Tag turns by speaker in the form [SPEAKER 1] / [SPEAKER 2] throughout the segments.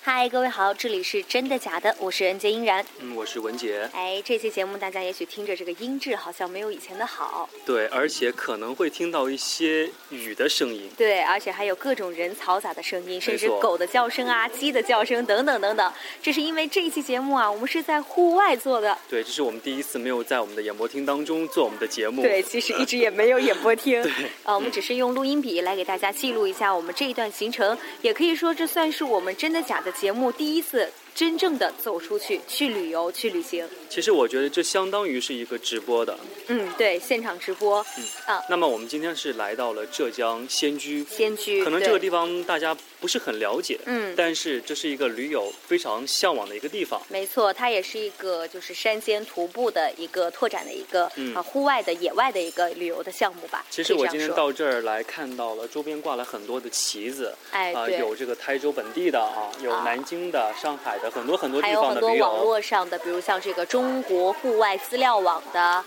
[SPEAKER 1] 嗨，各位好，这里是真的假的，我是任杰英然。
[SPEAKER 2] 嗯，我是文杰。
[SPEAKER 1] 哎，这期节目大家也许听着这个音质好像没有以前的好，
[SPEAKER 2] 对，而且可能会听到一些雨的声音。
[SPEAKER 1] 对，而且还有各种人嘈杂的声音，甚至
[SPEAKER 2] 没错
[SPEAKER 1] 狗的叫声啊、鸡的叫声等等等等。这是因为这一期节目啊，我们是在户外做的，
[SPEAKER 2] 对，这是我们第一次没有在我们的演播厅当中做我们的节目。
[SPEAKER 1] 对，，其实一直也没有演播 厅，呃，我们只是用录音笔来给大家记录一下我们这一段行程，也可以说这算是我们真的假的节目第一次真正的走出去去旅游去旅行。
[SPEAKER 2] 其实我觉得这相当于是一个直播的。
[SPEAKER 1] 嗯，对，现场直播，
[SPEAKER 2] 嗯
[SPEAKER 1] 啊，
[SPEAKER 2] 那么我们今天是来到了浙江仙居，
[SPEAKER 1] 仙居，
[SPEAKER 2] 可能这个
[SPEAKER 1] 对
[SPEAKER 2] 地方大家不是很了解，
[SPEAKER 1] 嗯
[SPEAKER 2] 但是这是一个驴友非常向往的一个地方。
[SPEAKER 1] 没错，它也是一个就是山间徒步的一个拓展的一个、
[SPEAKER 2] 嗯
[SPEAKER 1] 啊户外的野外的一个旅游的项目吧。
[SPEAKER 2] 其
[SPEAKER 1] 可
[SPEAKER 2] 实
[SPEAKER 1] 以
[SPEAKER 2] 我
[SPEAKER 1] 这样
[SPEAKER 2] 今天
[SPEAKER 1] 说
[SPEAKER 2] 到这儿来看到了，周边挂了很多的旗子，
[SPEAKER 1] 哎
[SPEAKER 2] 啊、
[SPEAKER 1] 对
[SPEAKER 2] 有这个台州本地的啊，有
[SPEAKER 1] 啊
[SPEAKER 2] 南京的、上海的，很多很多
[SPEAKER 1] 还
[SPEAKER 2] 地
[SPEAKER 1] 有
[SPEAKER 2] 方
[SPEAKER 1] 很
[SPEAKER 2] 的
[SPEAKER 1] 多
[SPEAKER 2] 驴
[SPEAKER 1] 网
[SPEAKER 2] 友。
[SPEAKER 1] 络上的，比如像这个中国户外资料网的，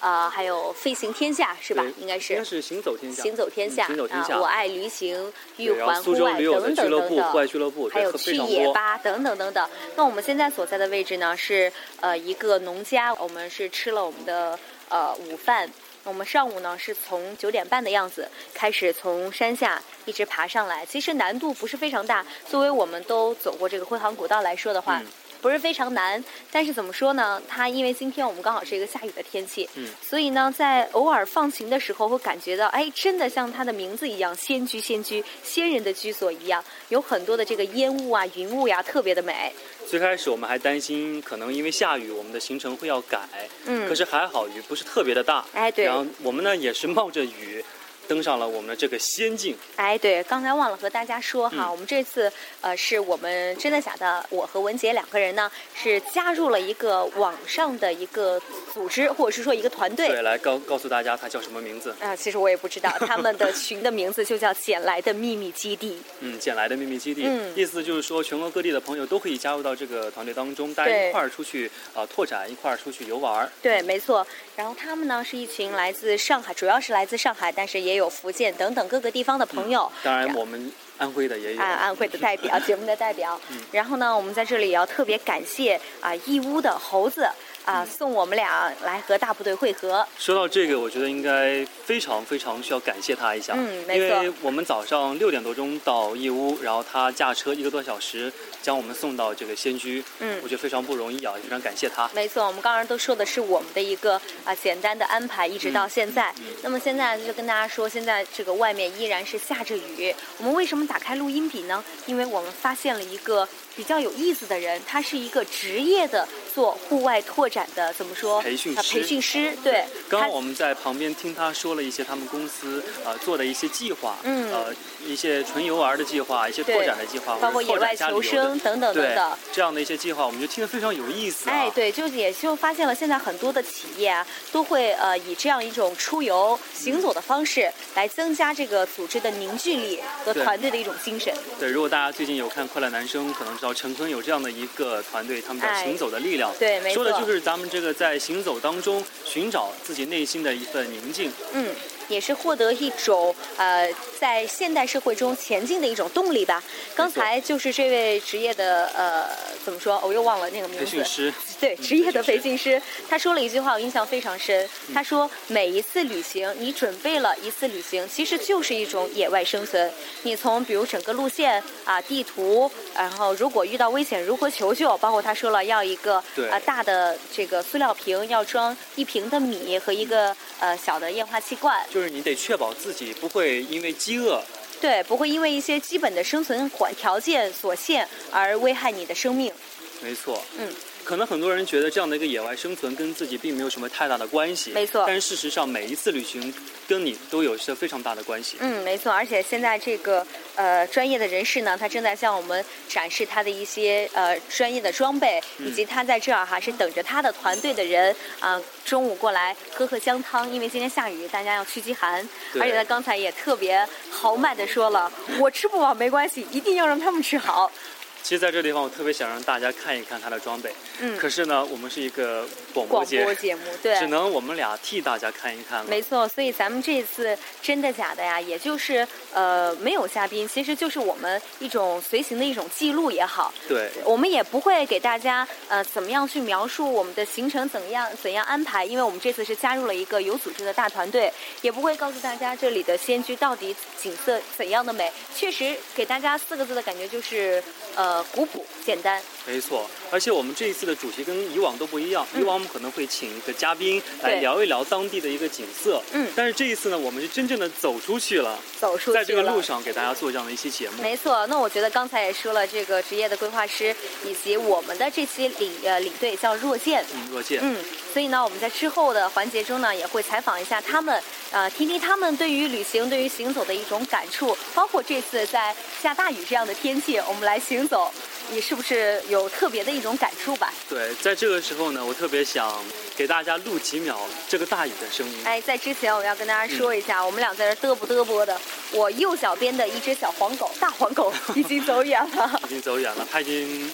[SPEAKER 1] 呃，还有飞行天下是吧
[SPEAKER 2] 对？
[SPEAKER 1] 应该
[SPEAKER 2] 应该
[SPEAKER 1] 是。
[SPEAKER 2] 是行走天下，
[SPEAKER 1] 行走天下
[SPEAKER 2] 嗯行走天下，
[SPEAKER 1] 啊，我爱旅行，玉
[SPEAKER 2] 对然
[SPEAKER 1] 环
[SPEAKER 2] 后
[SPEAKER 1] 户
[SPEAKER 2] 苏州
[SPEAKER 1] 外
[SPEAKER 2] 驴友的
[SPEAKER 1] 等
[SPEAKER 2] 俱
[SPEAKER 1] 等
[SPEAKER 2] 乐
[SPEAKER 1] 等
[SPEAKER 2] 部、户外
[SPEAKER 1] 等，
[SPEAKER 2] 俱乐部，
[SPEAKER 1] 还有
[SPEAKER 2] 对
[SPEAKER 1] 去
[SPEAKER 2] 非常
[SPEAKER 1] 野
[SPEAKER 2] 多。
[SPEAKER 1] 吧等等等等。那我们现在所在的位置呢，是呃一个农家，我们是吃了我们的呃午饭。我们上午呢是从九点半的样子开始从山下一直爬上来，其实难度不是非常大。作为我们都走过这个辉航古道来说的话，
[SPEAKER 2] 嗯
[SPEAKER 1] 不是非常难。但是怎么说呢？它因为今天我们刚好是一个下雨的天气，
[SPEAKER 2] 嗯
[SPEAKER 1] 所以呢，在偶尔放晴的时候，会感觉到，哎，真的像它的名字一样，仙居仙居，仙人的居所一样，有很多的这个烟雾啊、云雾呀、特别的美。
[SPEAKER 2] 最开始我们还担心，可能因为下雨，我们的行程会要改。
[SPEAKER 1] 嗯
[SPEAKER 2] 可是还好雨不是特别的大。
[SPEAKER 1] 哎对
[SPEAKER 2] 然后我们呢也是冒着雨，登上了我们的这个仙境。
[SPEAKER 1] 哎，对，刚才忘了和大家说哈，我们这次呃是我们真的假的，我和文杰两个人呢是加入了一个网上的一个组织，或者是说一个团队。
[SPEAKER 2] 对，来告告诉大家它叫什么名字。
[SPEAKER 1] 啊、其实我也不知道，他们的群的名字就叫“捡来的秘密基地”。
[SPEAKER 2] 嗯，捡来的秘密基地，
[SPEAKER 1] 嗯
[SPEAKER 2] 意思就是说全国各地的朋友都可以加入到这个团队当中，大家
[SPEAKER 1] 对
[SPEAKER 2] 一块儿出去啊、呃拓展，一块儿出去游玩儿。
[SPEAKER 1] 对，没错。然后他们呢是一群来自上海，主要是来自上海，但是也有福建等等各个地方的朋友。
[SPEAKER 2] 当然，
[SPEAKER 1] 然
[SPEAKER 2] 我们安徽的也有。
[SPEAKER 1] 啊，安徽的代表，节目的代表。
[SPEAKER 2] 嗯
[SPEAKER 1] 然后呢，我们在这里也要特别感谢啊义乌的猴子啊，
[SPEAKER 2] 嗯
[SPEAKER 1] 送我们俩来和大部队会合。
[SPEAKER 2] 说到这个，我觉得应该非常非常需要感谢他一下，
[SPEAKER 1] 嗯没
[SPEAKER 2] 因
[SPEAKER 1] 错
[SPEAKER 2] 为我们早上六点多钟到义乌，然后他驾车一个多小时将我们送到这个仙居，
[SPEAKER 1] 嗯
[SPEAKER 2] 我觉得非常不容易啊，也非常感谢他。
[SPEAKER 1] 没错，我们刚刚都说的是我们的一个啊简单的安排，一
[SPEAKER 2] 嗯
[SPEAKER 1] 直到现在。那么现在就跟大家说，现在这个外面依然是下着雨。我们为什么打开录音笔呢？因为我们发现了一个比较有意思的人，他是一个职业的做户外拓展的，怎么说？
[SPEAKER 2] 培训
[SPEAKER 1] 啊
[SPEAKER 2] 师
[SPEAKER 1] 培训师，对。
[SPEAKER 2] 刚刚
[SPEAKER 1] 他
[SPEAKER 2] 我们在旁边听他说了一些他们公司呃做的一些计划，
[SPEAKER 1] 嗯
[SPEAKER 2] 呃一些纯游玩的计划，一些
[SPEAKER 1] 对
[SPEAKER 2] 拓展的计划，
[SPEAKER 1] 包括
[SPEAKER 2] 或者拓
[SPEAKER 1] 野外
[SPEAKER 2] 展加旅
[SPEAKER 1] 求
[SPEAKER 2] 游
[SPEAKER 1] 生
[SPEAKER 2] 的。
[SPEAKER 1] 等等等
[SPEAKER 2] 对
[SPEAKER 1] 等。
[SPEAKER 2] 这样的一些计划，我们就听得非常有意思、啊。
[SPEAKER 1] 哎，对，就是也就发现了，现在很多的企业啊，都会呃以这样一种出游、行走的方式来增加这个组织的凝聚力和
[SPEAKER 2] 对
[SPEAKER 1] 团队的一种精神。
[SPEAKER 2] 对，如果大家最近有看《快乐男生》，可能知道陈坤有这样的一个团队，他们叫
[SPEAKER 1] 哎
[SPEAKER 2] “行走的力量”
[SPEAKER 1] 对没
[SPEAKER 2] 说的
[SPEAKER 1] 错
[SPEAKER 2] 就是咱们这个在行走当中寻找自己内心的一份宁静。
[SPEAKER 1] 嗯，也是获得一种呃在现代社会中前进的一种动力吧。刚才就是这位职业的呃怎么说，我又忘了那个名
[SPEAKER 2] 培训
[SPEAKER 1] 字。
[SPEAKER 2] 师，
[SPEAKER 1] 对，职业的培
[SPEAKER 2] 培训师
[SPEAKER 1] 训师，他说了一句话，我印象非常深。他说，每一次旅行，你准备了一次旅行，其实就是一种野外生存。你从比如整个路线啊、地图，然后如果遇到危险如何求救，包括他说了要一个
[SPEAKER 2] 对
[SPEAKER 1] 啊大的这个塑料瓶，要装一瓶的米和一个呃小的液化气罐，
[SPEAKER 2] 就是你得确保自己不会因为饥饿。
[SPEAKER 1] 对，不会因为一些基本的生存环条件所限而危害你的生命。
[SPEAKER 2] 没错，
[SPEAKER 1] 嗯。
[SPEAKER 2] 可能很多人觉得这样的一个野外生存跟自己并没有什么太大的关系，
[SPEAKER 1] 没错
[SPEAKER 2] 但是事实上，每一次旅行跟你都有着非常大的关系。
[SPEAKER 1] 嗯，没错，而且现在这个呃专业的人士呢，他正在向我们展示他的一些呃专业的装备，以
[SPEAKER 2] 嗯
[SPEAKER 1] 及他在这儿哈是等着他的团队的人啊、中午过来喝喝姜汤，因为今天下雨，大家要驱驱寒。
[SPEAKER 2] 对
[SPEAKER 1] 而且他刚才也特别豪迈的说了，我吃不饱没关系，一定要让他们吃好。
[SPEAKER 2] 其实在这个地方，我特别想让大家看一看他的装备。
[SPEAKER 1] 嗯，
[SPEAKER 2] 可是呢，我们是一个广播
[SPEAKER 1] 广
[SPEAKER 2] 节，
[SPEAKER 1] 播节目对，
[SPEAKER 2] 只能我们俩替大家看一看了。
[SPEAKER 1] 没错，所以咱们这次真的假的呀，也就是呃没有嘉宾，其实就是我们一种随行的一种记录也好，
[SPEAKER 2] 对，
[SPEAKER 1] 我们也不会给大家呃怎么样去描述我们的行程怎样怎样安排，因为我们这次是加入了一个有组织的大团队，也不会告诉大家这里的仙居到底景色怎样的美。确实给大家四个字的感觉就是呃古朴简单，
[SPEAKER 2] 没错。而且我们这一次的主题跟以往都不一样，
[SPEAKER 1] 嗯
[SPEAKER 2] 以往我们可能会请一个嘉宾来
[SPEAKER 1] 对
[SPEAKER 2] 聊一聊当地的一个景色。
[SPEAKER 1] 嗯
[SPEAKER 2] 但是这一次呢，我们是真正的走出去了，
[SPEAKER 1] 走出去
[SPEAKER 2] 在这个
[SPEAKER 1] 了
[SPEAKER 2] 路上给大家做这样的一期节目。
[SPEAKER 1] 没错，那我觉得刚才也说了，这个职业的规划师以及我们的这期领呃领队叫若健，
[SPEAKER 2] 嗯，若见，
[SPEAKER 1] 嗯，所以呢，我们在之后的环节中呢，也会采访一下他们，呃，听听他们对于旅行、对于行走的一种感触，包括这次在下大雨这样的天气，我们来行走，你是不是有特别的一种感触吧？
[SPEAKER 2] 对，在这个时候呢，我特别想给大家录几秒这个大雨的声音。
[SPEAKER 1] 哎，在之前我要跟大家说一下，我们俩在这嘚啵嘚啵的，我右脚边的一只小黄狗，大黄狗已经走远了
[SPEAKER 2] 已。经走远了，它已经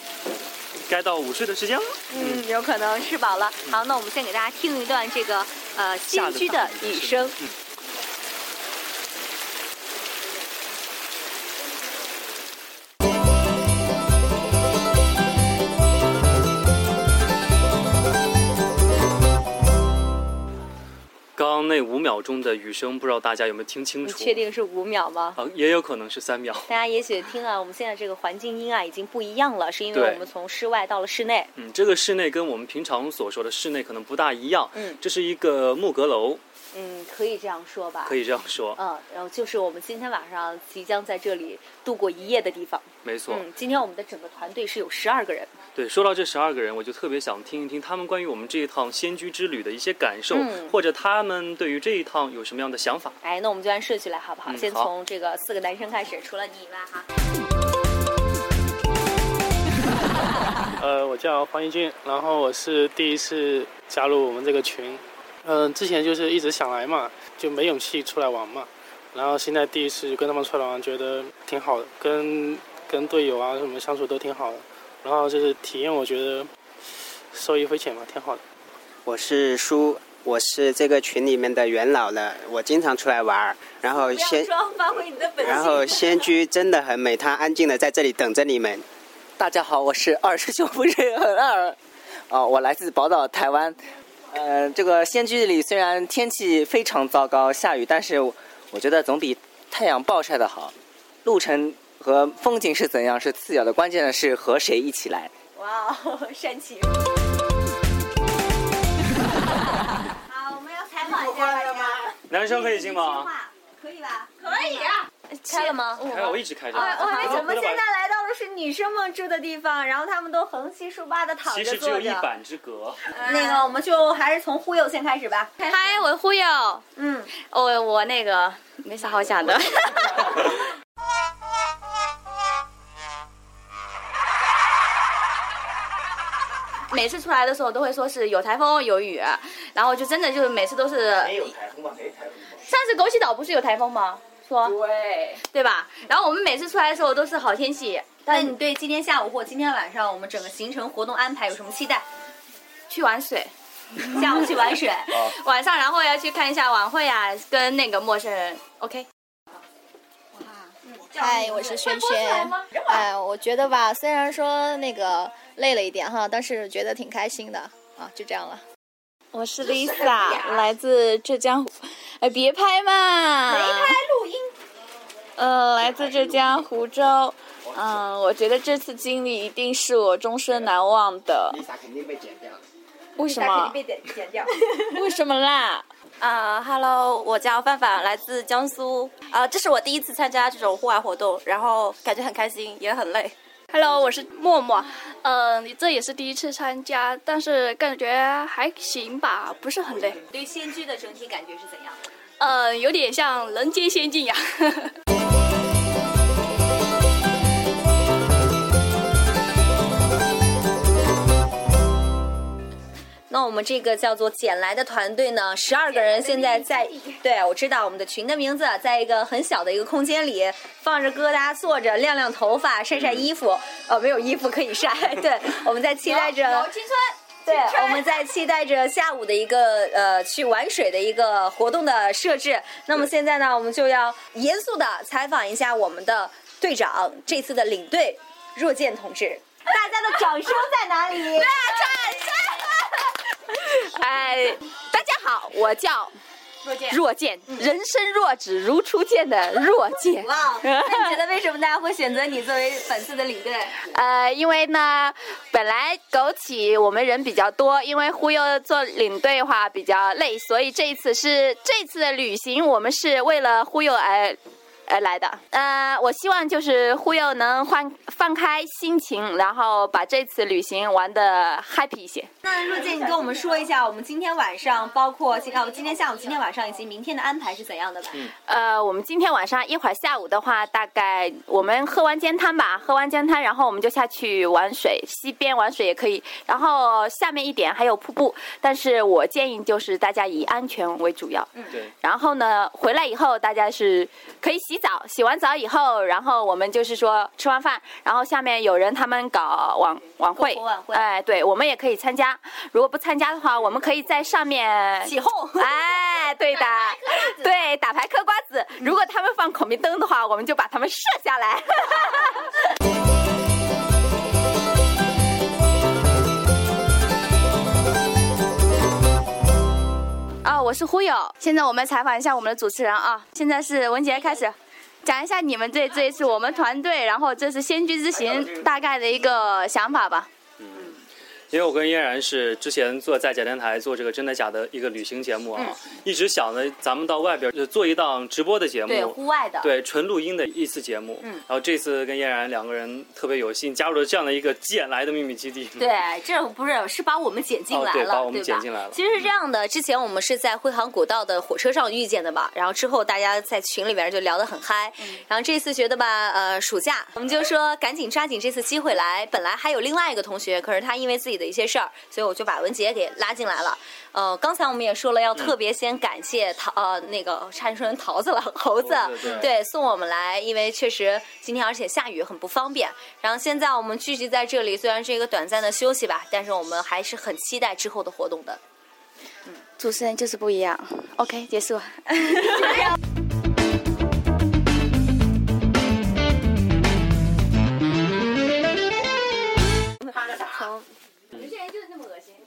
[SPEAKER 2] 该到午睡的时间了。
[SPEAKER 1] 嗯，有可能吃饱了。好，那我们先给大家听一段这个呃
[SPEAKER 2] 下
[SPEAKER 1] 新
[SPEAKER 2] 着
[SPEAKER 1] 居
[SPEAKER 2] 大
[SPEAKER 1] 的雨声。
[SPEAKER 2] 嗯刚刚那五秒钟的雨声，不知道大家有没有听清
[SPEAKER 1] 你
[SPEAKER 2] 楚？
[SPEAKER 1] 确？定是五秒吗？
[SPEAKER 2] 啊，也有可能是三秒。
[SPEAKER 1] 大家也许听啊，我们现在这个环境音啊已经不一样了，是因为
[SPEAKER 2] 对
[SPEAKER 1] 我们从室外到了室内。
[SPEAKER 2] 嗯，这个室内跟我们平常所说的室内可能不大一样。
[SPEAKER 1] 嗯
[SPEAKER 2] 这是一个木阁楼，
[SPEAKER 1] 嗯，可以这样说吧。
[SPEAKER 2] 可
[SPEAKER 1] 以。
[SPEAKER 2] 以这样说，
[SPEAKER 1] 嗯，然后就是我们今天晚上即将在这里度过一夜的地方。
[SPEAKER 2] 没错。
[SPEAKER 1] 嗯，今天我们的整个团队是有十二个人。
[SPEAKER 2] 对，说到这十二个人，我就特别想听一听他们关于我们这一趟仙居之旅的一些感受，
[SPEAKER 1] 嗯
[SPEAKER 2] 或者他们对于这一趟有什么样的想法。
[SPEAKER 1] 哎，那我们就按顺序来好不好？
[SPEAKER 2] 嗯
[SPEAKER 1] 先
[SPEAKER 2] 好
[SPEAKER 1] 从这个四个男生开始，除了你以外哈。
[SPEAKER 3] 呃，我叫黄一俊，然后我是第一次加入我们这个群，嗯、之前就是一直想来嘛，就没勇气出来玩嘛，然后现在第一次就跟他们出来玩，觉得挺好的，跟跟队友啊什么相处都挺好的，然后就是体验，我觉得受益匪浅嘛，挺好的。
[SPEAKER 4] 我是叔，我是这个群里面的元老了，我经常出来玩儿。然后
[SPEAKER 1] 不要
[SPEAKER 4] 仙，
[SPEAKER 1] 装，发挥你的本性。
[SPEAKER 4] 然后仙居真的很美，它安静的在这里等着你们。
[SPEAKER 5] 大家好，我是二师兄，不是很二，啊、我来自宝岛台湾。呃，这个仙居里虽然天气非常糟糕，下雨，但是我我觉得总比太阳暴晒的好。路程和风景是怎样是次要的，关键的是和谁一起来。
[SPEAKER 1] 哇哦， 煽情！好，我们要采访一下大家。
[SPEAKER 2] 男生可以进吗？
[SPEAKER 1] 话可以吧？可以啊。开了吗？
[SPEAKER 2] 还哎有我一直开着。啊
[SPEAKER 1] 我还没
[SPEAKER 2] 我
[SPEAKER 1] 我哎们现在来到的是女生们住的地方，然后她们都横七竖八的躺
[SPEAKER 2] 其
[SPEAKER 1] 着
[SPEAKER 2] 实只有
[SPEAKER 1] 坐
[SPEAKER 2] 一
[SPEAKER 1] 着。
[SPEAKER 2] 板之隔。
[SPEAKER 1] 那个，我们就还是从忽悠先开始吧。
[SPEAKER 6] 嗨，我忽悠，
[SPEAKER 1] 嗯，
[SPEAKER 6] 我我那个没啥好讲 的。每次出来的时候都会说是有台风有雨，然后就真的就是每次都是没有台风吧，没台风。上次枸杞岛不是有台风吗？说对对吧？然后我们每次出来的时候都是好天气，
[SPEAKER 1] 那
[SPEAKER 6] 但
[SPEAKER 1] 你对今天下午或今天晚上我们整个行程活动安排有什么期待？
[SPEAKER 6] 去玩水，
[SPEAKER 1] 下午去玩 水。
[SPEAKER 6] 晚上然后要去看一下晚会啊，跟那个陌生人 OK。嗯
[SPEAKER 7] 嗨，我是轩轩。
[SPEAKER 1] 呃
[SPEAKER 7] 哎，我觉得吧，虽然说那个累了一点哈，但是觉得挺开心的啊，就这样了。哎
[SPEAKER 8] 我是 Lisa，来自浙江湖，哎，别拍嘛！没拍录音。呃，来自浙江湖州，嗯，我觉得这次经历一定是我终身难忘的。
[SPEAKER 4] Lisa 肯定被剪掉了。
[SPEAKER 8] 为什么？
[SPEAKER 1] 被剪 掉。
[SPEAKER 8] 为什么啦？
[SPEAKER 9] 啊哈喽，我叫范范，来自江苏。啊、这是我第一次参加这种户外活动，然后感觉很开心，也很累。
[SPEAKER 10] Hello，我是默默，嗯、这也是第一次参加，但是感觉还行吧，不是很累，
[SPEAKER 1] 对于仙居的整体感觉是怎样？
[SPEAKER 10] 嗯、有点像人间仙境呀。
[SPEAKER 1] 那我们这个叫做“捡来”的团队呢，十二个人现在在，对我知道我们的群的名字，啊在一个很小的一个空间里，放着歌，大家坐着晾晾头发，晒晒衣服，呃，没有衣服可以 晒，对，我们在期待着
[SPEAKER 6] 有有青春。
[SPEAKER 1] 对
[SPEAKER 6] 青，春
[SPEAKER 1] 我们在期待着下午的一个呃去玩水的一个活动的设置。那么现在呢，我们就要严肃的采访一下我们的队长，这次的领队若健同志。大家的掌声在哪里？ 对，
[SPEAKER 11] 哎，大家好，我叫
[SPEAKER 6] 若健
[SPEAKER 11] 若见，
[SPEAKER 7] 嗯
[SPEAKER 11] 人生若只如初见的若见。
[SPEAKER 6] 哇，哦那你觉得为什么大家会选择你作为本次的领队？
[SPEAKER 11] 呃，因为呢，本来枸杞我们人比较多，因为忽悠做领队的话比较累，所以这一次是这次的旅行，我们是为了忽悠而而来的。呃，我希望就是忽悠能换放开心情，然后把这次旅行玩的 happy 一些。
[SPEAKER 1] 那若健，你跟我们说一下，我们今天晚上，包括今啊，今天下午、今天晚上以及明天的安排是怎样的吧？
[SPEAKER 11] 呃，我们今天晚上一会儿下午的话，大概我们喝完煎汤吧，喝完煎汤，然后我们就下去玩水，溪边玩水也可以。然后下面一点还有瀑布，但是我建议就是大家以安全为主要。嗯
[SPEAKER 2] 对。
[SPEAKER 11] 然后呢，回来以后大家是可以洗澡，洗完澡以后，然后我们就是说吃完饭，然后下面有人他们搞晚晚会，晚会，哎，对我们也可以参加。如果不参加的话，我们可以在上面
[SPEAKER 1] 起 哄，
[SPEAKER 11] 哎，对的，对，打牌嗑瓜子。如果他们放孔明灯的话，我们就把他们射 下来。
[SPEAKER 6] 啊，我是忽悠。现在我们采访一下我们的主持人啊，现在是文杰开始，讲一下你们对这一次我们团队，然后这次仙居之行大概的一个想法吧。
[SPEAKER 2] 因为我跟嫣然是之前做在假电台做这个真的假的一个旅行节目啊，一直想着咱们到外边就做一档直播的节目，
[SPEAKER 1] 嗯对，户外的，
[SPEAKER 2] 对，纯录音的一次节目。
[SPEAKER 1] 嗯
[SPEAKER 2] 然后这次跟嫣然两个人特别有幸加入了这样的一个捡来的秘密基地。
[SPEAKER 1] 对，这不是是把我们捡进来了，
[SPEAKER 2] 哦对把我们
[SPEAKER 1] 对吧
[SPEAKER 2] 捡进来了
[SPEAKER 1] 其实是这样的，之前我们是在惠航古道的火车上遇见的吧，然后之后大家在群里边就聊得很嗨，然后这次觉得吧，呃，暑假我们就说赶紧抓紧这次机会来。本来还有另外一个同学，可是他因为自己的一些事儿，所以我就把文杰给拉进来了。呃，刚才我们也说了，要
[SPEAKER 2] 嗯
[SPEAKER 1] 特别先感谢桃、呃那个差点说成桃子了，猴子，
[SPEAKER 6] 猴子对
[SPEAKER 1] 对送我们来，因为确实今天而且下雨很不方便。然后现在我们聚集在这里，虽然是一个短暂的休息吧，但是我们还是很期待之后的活动的。
[SPEAKER 8] 主持人就是不一样。OK，结 束。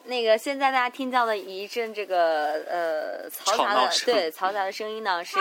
[SPEAKER 1] 那个现在大家听到的一阵这个呃嘈杂
[SPEAKER 6] 吵闹
[SPEAKER 1] 的
[SPEAKER 6] 声
[SPEAKER 1] 对嘈杂的声音呢是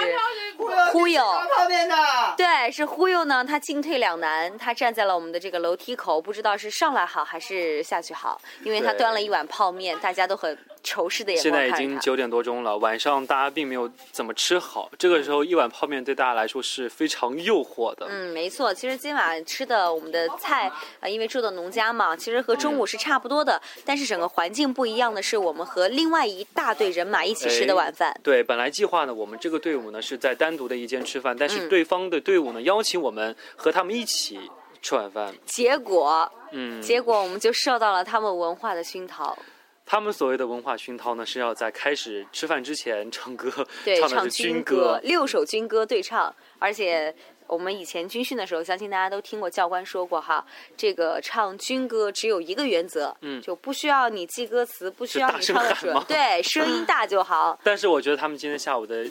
[SPEAKER 6] 忽
[SPEAKER 1] 忽
[SPEAKER 6] 悠
[SPEAKER 1] 悠
[SPEAKER 6] 旁边的
[SPEAKER 1] 对是忽悠呢，他进退两难，他站在了我们的这个楼梯口，不知道是上来好还是下去好，因为他
[SPEAKER 2] 对
[SPEAKER 1] 端了一碗泡面，大家都很仇视的眼
[SPEAKER 2] 现
[SPEAKER 1] 光
[SPEAKER 2] 在已
[SPEAKER 1] 看着
[SPEAKER 2] 经
[SPEAKER 1] 他。
[SPEAKER 2] 九点多钟了，晚上大家并没有怎么吃好，这个时候一碗泡面对大家来说是非常诱惑的。
[SPEAKER 1] 嗯，没错。其实今晚吃的我们的菜，呃，因为住的农家嘛，其实和中午是差不多的，但是整个环境不一样的是，我们和另外一大队人马一起吃的晚饭
[SPEAKER 2] 哎。对，本来计划呢，我们这个队伍呢是在单独的一间吃饭，但是
[SPEAKER 1] 嗯
[SPEAKER 2] 对方的队伍呢邀请我们和他们一起吃晚饭。
[SPEAKER 1] 结果，
[SPEAKER 2] 嗯，
[SPEAKER 1] 结果我们就受到了他们文化的熏陶。
[SPEAKER 2] 他们所谓的文化熏陶呢，是要在开始吃饭之前唱歌，
[SPEAKER 1] 对，
[SPEAKER 2] 唱的
[SPEAKER 1] 唱
[SPEAKER 2] 是
[SPEAKER 1] 军
[SPEAKER 2] 军
[SPEAKER 1] 歌，六首军歌对唱，而且我们以前军训的时候，相信大家都听过教官说过哈，这个唱军歌只有一个原则，
[SPEAKER 2] 嗯
[SPEAKER 1] 就不需要你记歌词，不需
[SPEAKER 2] 是
[SPEAKER 1] 要
[SPEAKER 2] 大
[SPEAKER 1] 你
[SPEAKER 2] 声
[SPEAKER 1] 唱的
[SPEAKER 2] 喊
[SPEAKER 1] 准
[SPEAKER 2] 吗，
[SPEAKER 1] 对，声音大就好。
[SPEAKER 2] 但是我觉得他们今天下午的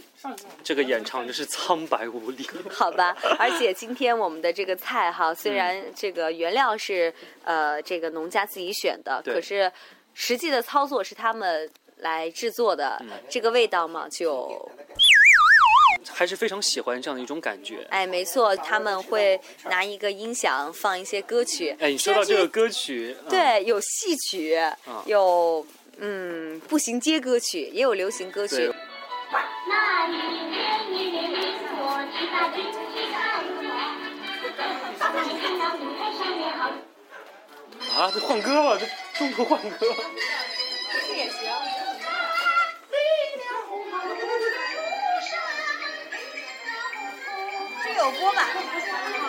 [SPEAKER 2] 这个演唱真是苍白无力。
[SPEAKER 1] 好 吧，而且今天我们的这个菜哈，虽
[SPEAKER 2] 嗯
[SPEAKER 1] 然这个原料是呃这个农家自己选的，
[SPEAKER 6] 对
[SPEAKER 1] 可是实际的操作是他们来制作的，
[SPEAKER 2] 嗯
[SPEAKER 1] 这个味道嘛就。
[SPEAKER 2] 还是非常喜欢这样的一种感觉。
[SPEAKER 1] 哎，没错，他们会拿一个音响放一些歌曲。
[SPEAKER 2] 哎，你说到
[SPEAKER 1] 虽
[SPEAKER 2] 这
[SPEAKER 1] 然是，
[SPEAKER 2] 个啊歌曲，嗯，
[SPEAKER 1] 对，有戏曲，有嗯步行街歌曲，也有流行歌曲
[SPEAKER 2] 对。
[SPEAKER 12] 那一年一年的我去把军旗看我，把你看到五台山也好。
[SPEAKER 2] 啊，这换歌吧，这中途换歌。
[SPEAKER 12] 这也行。
[SPEAKER 1] 这有播吧？
[SPEAKER 12] 我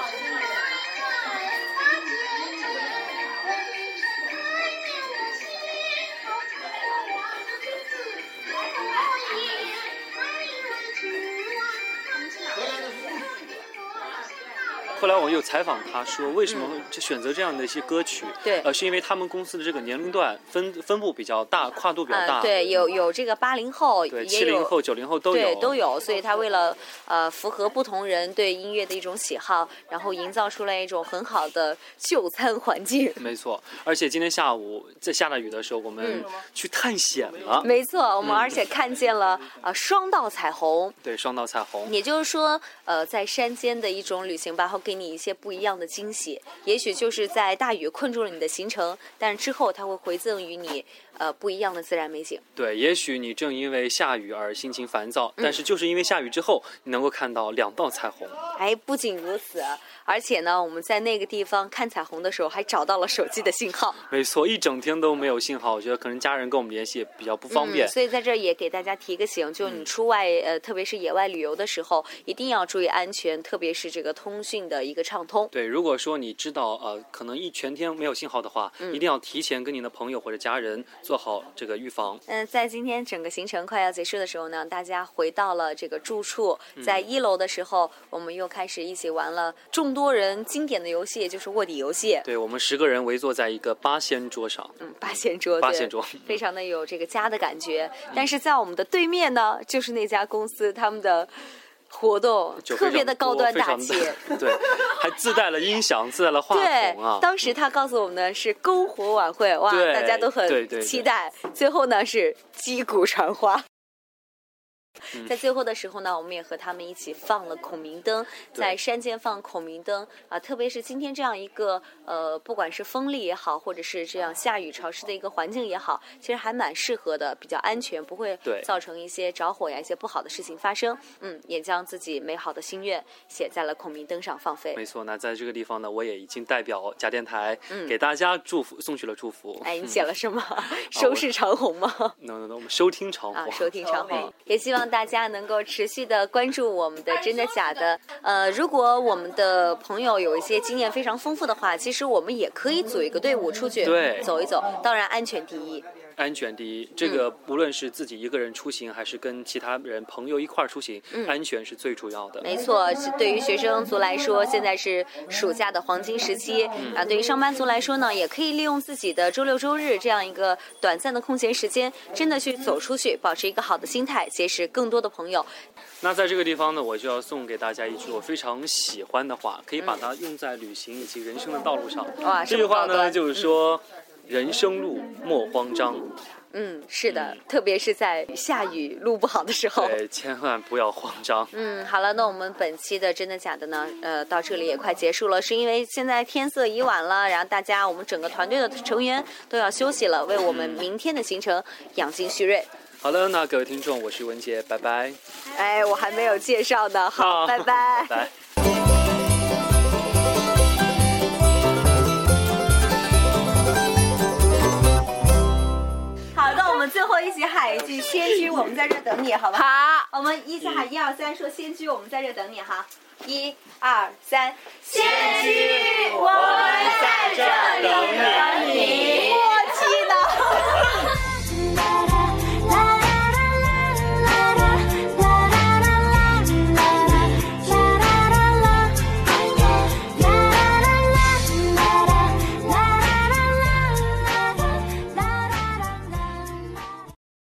[SPEAKER 2] 后来我有采访他说，为什么会就选择这样的一些歌曲？
[SPEAKER 1] 嗯对
[SPEAKER 2] 呃，是因为他们公司的这个年龄段分分布比较大，跨度比较大。
[SPEAKER 1] 嗯，对，有有这个八零后，也
[SPEAKER 2] 对，
[SPEAKER 1] 有
[SPEAKER 2] 七零后、九零后都
[SPEAKER 1] 对
[SPEAKER 2] 有。
[SPEAKER 1] 都有，所以他为了呃符合不同人对音乐的一种喜好，然后营造出来一种很好的就餐环境。
[SPEAKER 2] 没错，而且今天下午在下着雨的时候，我们
[SPEAKER 1] 嗯
[SPEAKER 2] 去探险了。
[SPEAKER 1] 没错，我们
[SPEAKER 2] 嗯
[SPEAKER 1] 而且看见了呃双道彩虹，
[SPEAKER 2] 对双道彩虹，
[SPEAKER 1] 也就是说，呃，在山间的一种旅行吧，会给你一些不一样的惊喜。也许就是在大雨困住了你的行程，但是之后它会回赠于你呃不一样的自然美景。
[SPEAKER 2] 对，也许你正因为下雨而心情烦躁，
[SPEAKER 1] 嗯
[SPEAKER 2] 但是就是因为下雨之后，你能够看到两道彩虹。
[SPEAKER 1] 哎，不仅如此，而且呢，我们在那个地方看彩虹的时候，还找到了手机的信号，
[SPEAKER 2] 没错，一整天都没有信号，我觉得可能家人跟我们联系也比较不方便。
[SPEAKER 1] 嗯。所以在这儿也给大家提个醒，就你出外、呃，特别是野外旅游的时候，一定要注意安全，特别是这个通讯的一个畅通。
[SPEAKER 2] 对，如果说你知道呃，可能一全天没有信号的话，
[SPEAKER 1] 嗯
[SPEAKER 2] 一定要提前跟你的朋友或者家人做好这个预防。
[SPEAKER 1] 嗯，在今天整个行程快要结束的时候呢，大家回到了这个住处，在
[SPEAKER 2] 嗯
[SPEAKER 1] 一楼的时候，我们又开始一起玩了众多人经典的游戏，也就是卧底游戏。
[SPEAKER 2] 对我们十个人围坐在一个八仙桌上，
[SPEAKER 1] 嗯，八仙桌，
[SPEAKER 2] 八
[SPEAKER 1] 对
[SPEAKER 2] 仙桌嗯
[SPEAKER 1] 非常的有这个家的感觉。但是在我们的对面呢，就是那家公司他们的活动
[SPEAKER 2] 就
[SPEAKER 1] 特别
[SPEAKER 2] 的
[SPEAKER 1] 的高端大气
[SPEAKER 2] 气，， 对，还自带了音响，自带了话
[SPEAKER 1] 对
[SPEAKER 2] 筒啊，。
[SPEAKER 1] 当时他告诉我们呢是篝火晚会，哇，
[SPEAKER 2] 对
[SPEAKER 1] 大家都
[SPEAKER 2] 对
[SPEAKER 1] 很
[SPEAKER 2] 对对
[SPEAKER 1] 期待。最后呢是击鼓传花。
[SPEAKER 2] 嗯
[SPEAKER 1] 在最后的时候呢，我们也和他们一起放了孔明灯，
[SPEAKER 2] 对
[SPEAKER 1] 在山间放孔明灯啊，特别是今天这样一个呃，不管是风力也好，或者是这样下雨潮湿的一个环境也好，其实还蛮适合的，比较安全，不会
[SPEAKER 2] 对
[SPEAKER 1] 造成一些着火呀、一些不好的事情发生。嗯，也将自己美好的心愿写在了孔明灯上放飞。
[SPEAKER 2] 没错，那在这个地方呢，我也已经代表假电台
[SPEAKER 1] 嗯
[SPEAKER 2] 给大家祝福，送去了祝福。
[SPEAKER 1] 哎，你
[SPEAKER 2] 嗯
[SPEAKER 1] 写了什么？收视长虹吗？
[SPEAKER 2] ？no no no，我们收听长虹、
[SPEAKER 1] 啊，收听长
[SPEAKER 2] 哦
[SPEAKER 1] 虹，也希望大家能够持续的关注我们的真的假的。呃，如果我们的朋友有一些经验非常丰富的话，其实我们也可以组一个队伍出去
[SPEAKER 2] 对
[SPEAKER 1] 走一走，当然安全第一。
[SPEAKER 2] 安全第一。这
[SPEAKER 1] 嗯
[SPEAKER 2] 个无论是自己一个人出行，还是跟其他人朋友一块儿出行，
[SPEAKER 1] 嗯
[SPEAKER 2] 安全是最主要的。
[SPEAKER 1] 没错，是对于学生族来说，现在是暑假的黄金时期
[SPEAKER 2] 嗯
[SPEAKER 1] 啊；对于上班族来说呢，也可以利用自己的周六周日这样一个短暂的空闲时间，真的去走出去，保持一个好的心态，结识更多的朋友。
[SPEAKER 2] 那在这个地方呢，我就要送给大家一句我非常喜欢的话，可以把它用在旅行以及人生的道路上。
[SPEAKER 1] 嗯哇
[SPEAKER 2] 这
[SPEAKER 1] 这
[SPEAKER 2] 句
[SPEAKER 1] 么嗯
[SPEAKER 2] 话
[SPEAKER 1] 高
[SPEAKER 2] 呢，
[SPEAKER 1] 端
[SPEAKER 2] 就是说，人生路莫慌张，
[SPEAKER 1] 嗯，是的，特别是在下雨路不好的时候。
[SPEAKER 2] 对，千万不要慌张。
[SPEAKER 1] 哦嗯，好了，那我们本期的真的假的呢？呃，到这里也快结束了，是因为现在天色已晚了，然后大家我们整个团队的成员都要休息了，为我们明天的行程养精蓄锐。
[SPEAKER 2] 好的，那各位听众，我是文杰，拜拜。
[SPEAKER 1] 哎，我还没有介绍呢，好，拜拜。
[SPEAKER 2] 拜拜。
[SPEAKER 1] 好的，我们最后一起喊一句“先驱”，我们在这儿等你，好不好？好，我们一起
[SPEAKER 12] 嗯
[SPEAKER 1] 喊一二三，说“先驱”，我们在这儿等你哈。一二三，
[SPEAKER 12] 先驱我们在这里等你
[SPEAKER 1] 哇